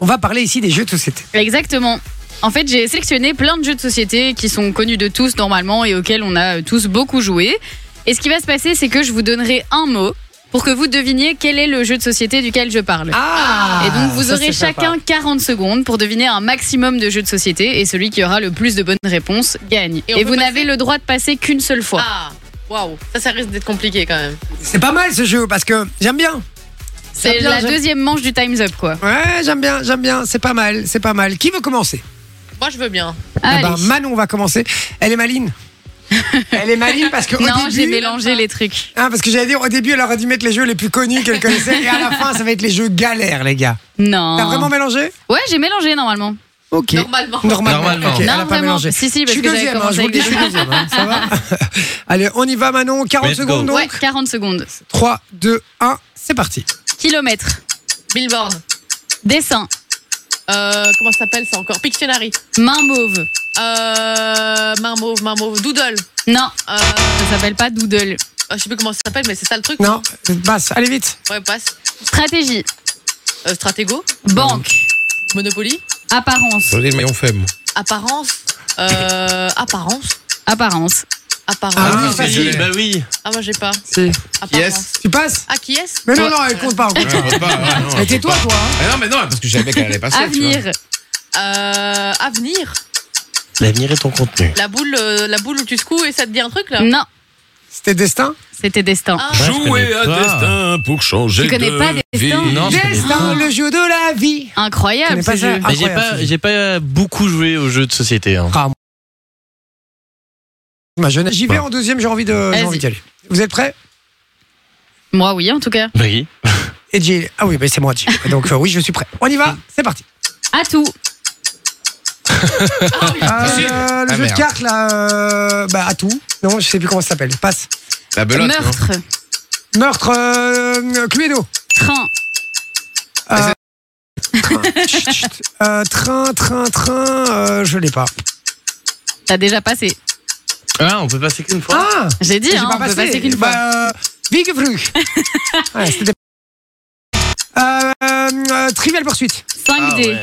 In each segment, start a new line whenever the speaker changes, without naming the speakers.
On va parler ici des jeux de société.
Exactement. En fait, j'ai sélectionné plein de jeux de société qui sont connus de tous normalement et auxquels on a euh, tous beaucoup joué. Et ce qui va se passer, c'est que je vous donnerai un mot pour que vous deviniez quel est le jeu de société duquel je parle.
Ah
et donc vous
ça,
aurez
c'est sympa.
chacun 40 secondes pour deviner un maximum de jeux de société et celui qui aura le plus de bonnes réponses gagne.
Et
Et,
on peut
vous
passer
n'avez le droit de passer qu'une seule fois.
Ah, waouh, ça, ça risque d'être compliqué quand même.
C'est pas mal ce jeu parce que j'aime bien.
C'est
bien,
la
j'aime-
deuxième manche du Time's Up quoi.
Ouais, j'aime bien, j'aime bien. C'est pas mal, c'est pas mal. Qui veut commencer
Moi, je veux bien.
Eh
Allez.
ben, Manon va commencer. Elle est maline. Elle est maline parce que au
non, j'ai
début-
mélangé les trucs.
Hein, parce que j'allais dire au début, elle aurait dû mettre les jeux les plus connus qu'elle connaissait et à la fin, ça va être les jeux galères, les gars.
Non.
T'as vraiment mélangé
Ouais, j'ai mélangé normalement.
Ok.
Normalement.
Normalement.
Normalement.
ok, elle a
Non,
pas
vraiment.
mélangé.
Si, si,
je
parce
suis
que j'avais
deuxième, hein, je
commencé
vous le dis, je
avec
suis deuxième. hein, ça va Allez, on y va, Manon. 40
Let's go.
secondes donc.
ouais, 40 secondes.
3, 2, 1, c'est parti.
Kilomètres.
Billboard.
Dessin.
Euh, comment ça s'appelle ça encore Pictionary.
Main mauve.
Euh, main mauve, main mauve. Doodle.
Non,
Euh,
ça s'appelle pas Doodle.
je sais plus comment ça s'appelle, mais c'est ça le truc.
Non, passe, allez vite.
Ouais, passe.
Stratégie.
Euh, Stratego.
Banque.
Monopoly.
Apparence.
J'ai le maillon faible.
Apparence. Euh, apparence.
Apparence.
Apparence.
Ah oui,
Ah,
facile.
oui.
bah oui.
Ah, moi, j'ai pas.
Si.
Apparence.
Yes.
Tu passes
Ah, qui est-ce
Mais non, non, elle compte pas. en
Ouais,
fait.
on peut pas, ouais, non, on
Mais
peut
tais-toi,
pas.
toi. hein.
Mais non, mais non, parce que je savais qu'elle allait passer. Ah, tu vois.
Ah, Avenir.
Euh, Avenir.
L'avenir est ton contenu.
La boule, euh, la boule où tu secoues et ça te dit un truc là
Non,
C'était destin.
c'était destin.
Ah,
Ouais, je connais pas.
pour changer
Tu connais pas Destin
Non, je connais pas.
Destin, le jeu de la vie. Je
Incroyable
connais
ce
pas ça.
jeu.
Ah,
Mais j'ai
Incroyable,
pas,
ce
j'ai pas beaucoup joué aux jeux de société. hein.
Ma jeunesse. J'y vais en deuxième, j'ai envie de- j'ai
Vas-y.
envie d'y aller. Vous êtes prêts
Moi oui en tout cas.
Oui.
Et Jay- Ah oui, mais c'est moi, Jay. Donc euh, oui, je suis prêt. On y
Mm.
va, c'est parti.
Atout.
Euh, le
Ah,
jeu de
merde.
cartes, là, euh, bah, à tout. Non, je sais plus comment ça s'appelle. Passe.
La belote. non
Meurtre.
Meurtre, euh, Cluedo.
Train.
Euh, train, chut, chut. Euh, train, train, train, euh, je l'ai pas.
T'as déjà passé.
Ah, on peut passer qu'une
Oh.
fois.
Ah
J'ai dit,
J'ai
hein,
pas
on peut
passé.
passer qu'une fois.
Bah, euh, Big Fruit. Ouais, c'était- Euh, euh, Trivial Poursuite.
Ah,
5D.
ouais.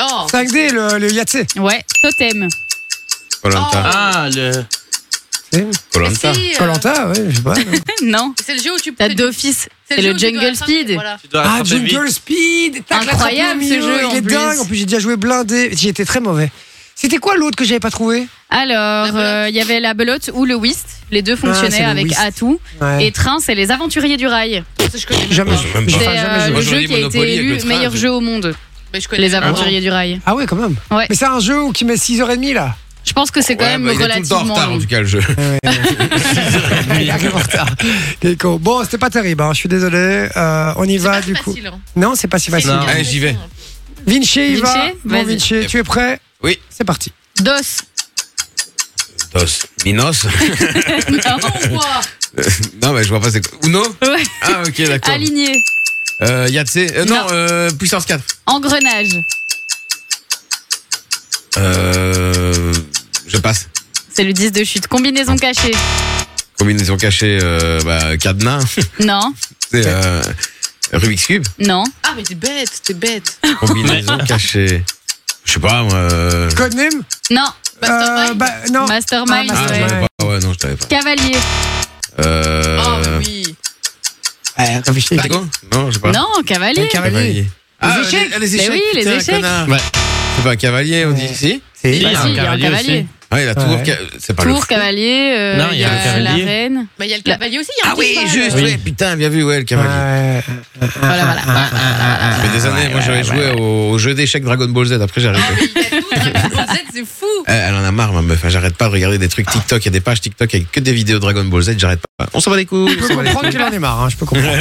Oh,
5D, le, le Yatsé.
ah,
ouais. Totem.
Colanta.
Ah, le.
bah
Colanta.
si, euh,
Colanta, ouais, je sais pas.
non.
c'est le jeu où tu
T'as
c'est-
d'office.
c'est
C'est
jeu
le
où tu dois
Jungle
attraper,
Speed.
voilà.
Tu dois
Ah,
attraper vite.
Jungle Speed tac, l'attrape
Incroyable,
au
ce jeu,
milieu,
en
Il est
plus.
dingue, en plus j'ai déjà joué blindé, j'y étais très mauvais. C'était quoi l'autre que j'avais pas trouvé
Alors,
La
euh, il
belote.
y avait la belote ou le whist. Les deux
Ah, c'est
fonctionnaient
le
avec
whist.
Atout.
Ouais.
Et train, c'est les aventuriers du rail.
Ça, je connais même
Jamais
pas.
joué.
Même pas.
J'ai
C'est
pas
euh,
jamais joué.
le
Moi, j'aurais
jeu
dit
qui a
Monopoly
été
avec
élu
le train,
meilleur
je-
jeu au monde.
Mais ben, je connais
Les
même pas.
aventuriers du rail.
Ah ouais, quand même.
euh, Ouais.
Mais c'est un jeu où qui met 6h30 là.
Je pense que c'est quand
Ouais,
même
bah, il est tout le temps
relativement
en retard, en
long.
tout cas, le jeu.
Il arrive en retard. Des cons. Bon, c'était pas terrible, hein, je suis désolé. Euh, on y
C'est
va
pas
du
très
coup.
facile, hein.
Non, c'est pas si facile.
Non.
Allez, Ah, j'y vais.
Vinci, il va.
Vinci,
Bon,
vas-y.
Vinci, tu es prêt
Oui.
C'est parti.
DOS.
Dos. Minos.
hein,
Ah bon, ou quoi
non, mais je vois pas c'est quoi. Uno
Ouais.
Ah, ok, d'accord.
Aligné.
Euh, Yatsé. euh, non,
Non.
euh, puissance 4.
Engrenage.
Euh, je passe.
C'est le 10 de chute. Combinaison cachée.
Combinaison cachée, euh, bah, cadenas.
Non.
C'est, euh, Rubik's Cube.
Non.
Ah, mais t'es bête, t'es bête.
Combinaison cachée. Je sais pas, moi. euh,
Codename
Non.
Euh,
Mastermind
bah, Non.
Mastermind.
Ah,
Ah, je
ouais.
l'avais pas. Ouais, non, je l'avais pas.
Cavalier.
Oh,
Euh.
oui.
Ouais, réfléchis.
Tago Non, je sais pas.
Non, cavalier.
Le cavalier.
Ah,
Les échecs.
euh, les
Mais
échecs.
oui, les
putain,
échecs.
connard.
Ouais.
C'est pas un cavalier, on dit
Ouais.
si
C'est-
Si.
Bah si, il y a un
cavalier
cavalier.
aussi.
Ah, il a
Ouais.
toujours. ca- C'est pas le.
Tour, cavalier. euh,
Non, il y a le
la
cavalier.
reine.
Mais Bah, il y a le
La-
cavalier aussi, il y a un
Ah oui,
cheval.
juste,
Oui.
ouais, putain, bien vu, ouais, le cavalier.
Ouais.
Voilà,
Ah,
voilà.
Ça fait des années, moi j'avais joué au, au jeu d'échecs Dragon Ball Z, après j'ai
Ah,
arrêté.
mais il y a tout, Dragon Ball Z, c'est fou.
Eh, Elle en a marre, ma meuf. hein, J'arrête pas de regarder des trucs TikTok. Il y a des pages TikTok avec que des vidéos Dragon Ball Z. J'arrête pas. On s'en va les couilles.
Je peux comprendre qu'elle en ait marre, hein, je peux comprendre.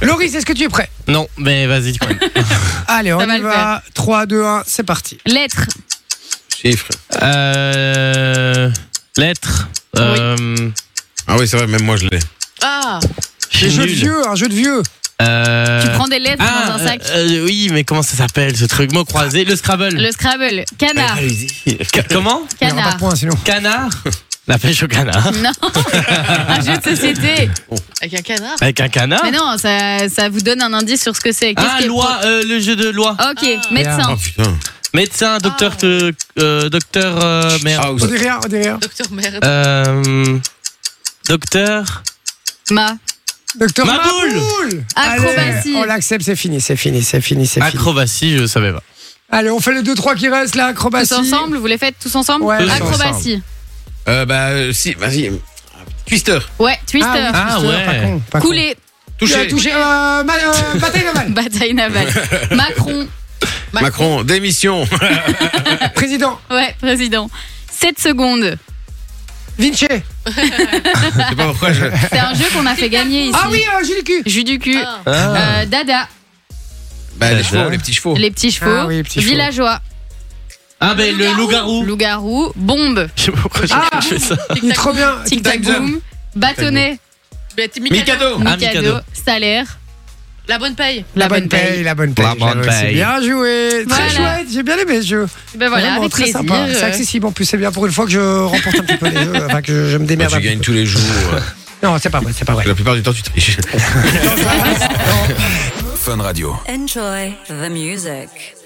Loris, est-ce que tu es prêt
Non, mais vas-y, quand même.
Allez, on
va
y
le
va. 3, 2, 1, c'est parti.
Lettre.
Chiffre.
Euh. Lettres. Euh.
Ah oui, c'est vrai, même moi je l'ai.
Ah,
je
Des
suis
jeux de
nul.
vieux, un jeu de vieux.
Euh,
Tu prends des lettres dans
Ah,
un sac.
euh, euh, oui, mais comment ça s'appelle ce truc Mot croisé, le Scrabble.
Ah, euh,
Le Scrabble. Canard.
Ca- Comment
Il n'y aura pas de
Canard.
points sinon.
Canard La pêche au canard.
Non, un jeu de société.
Avec un canard.
Avec un
Ah.
canard.
Mais non, ça, ça vous donne un indice sur ce que c'est. Qu'est-ce
Ah,
qui est
loi, euh, le jeu de loi.
pro- Ok,
Ah.
Oh
médecin.
putain.
Médecin, docteur,
Ah.
te- euh, docteur, euh, merde.
House.
On dit rien, on dit rien.
Docteur
Ah.
merde.
Euh, docteur.
Ma.
Docteur
Ma boule.
Maboule
Acrobatie.
Allez, On l'accepte, c'est fini, c'est fini, c'est fini, c'est fini.
Acrobatie, je savais pas.
Allez, on fait les 2-3 qui restent là, acrobatie. Ah
Tous ensemble, vous les faites tous ensemble
Bah, Ouais,
tous
Acrobatie.
Euh, bah, euh, si, vas-y. Ah, Twister.
Ouais, euh, twister.
Ah, oui,
Ah,
Twister,
ouais.
pas con, pas con.
Couler.
Euh,
Touché.
touché. Euh, ma- euh, bataille navale.
Bataille navale. Macron.
Bah,
Macron, démission.
Président.
Ouais, président. 7 secondes.
Vinci.
Je sais pas pourquoi je.
C'est un jeu qu'on a fait gagner ici.
Ah oui, euh, j'ai le cul.
Jus du cul.
Ah.
Ah.
Euh, dada.
Bah, les
Dada.
chevaux, les petits chevaux.
Les petits chevaux.
Ah oui, les petits chevaux. Oh.
Villageois.
Ah, ben le loup-garou.
Loup-garou. Bombe.
Je sais pas pourquoi j'ai
Ah.
fait ça.
Il est trop bien.
Tic-tac
Tic-tac-boom.
boom. Bâtonnet.
Bah, t'es Mikado.
Mikado.
Ah,
Mikado.
Mikado.
Salaire.
La bonne paye.
La bonne paye, la bonne paye.
La bonne
j'avoue, c'est
paye.
Bien joué, très
Voilà.
chouette, j'ai bien aimé ce jeu.
Ben voilà,
Vraiment
avec
très
plaisir.
sympa. C'est accessible en plus, c'est bien pour une fois que je remporte un petit peu les jeux, enfin que je, je me
Bah,
démerde.
Ah,
un
tu
petit
gagnes
peu.
tous les jours.
Non, c'est pas vrai, c'est pas vrai.
La plupart du temps, tu triches.
Enjoy the music.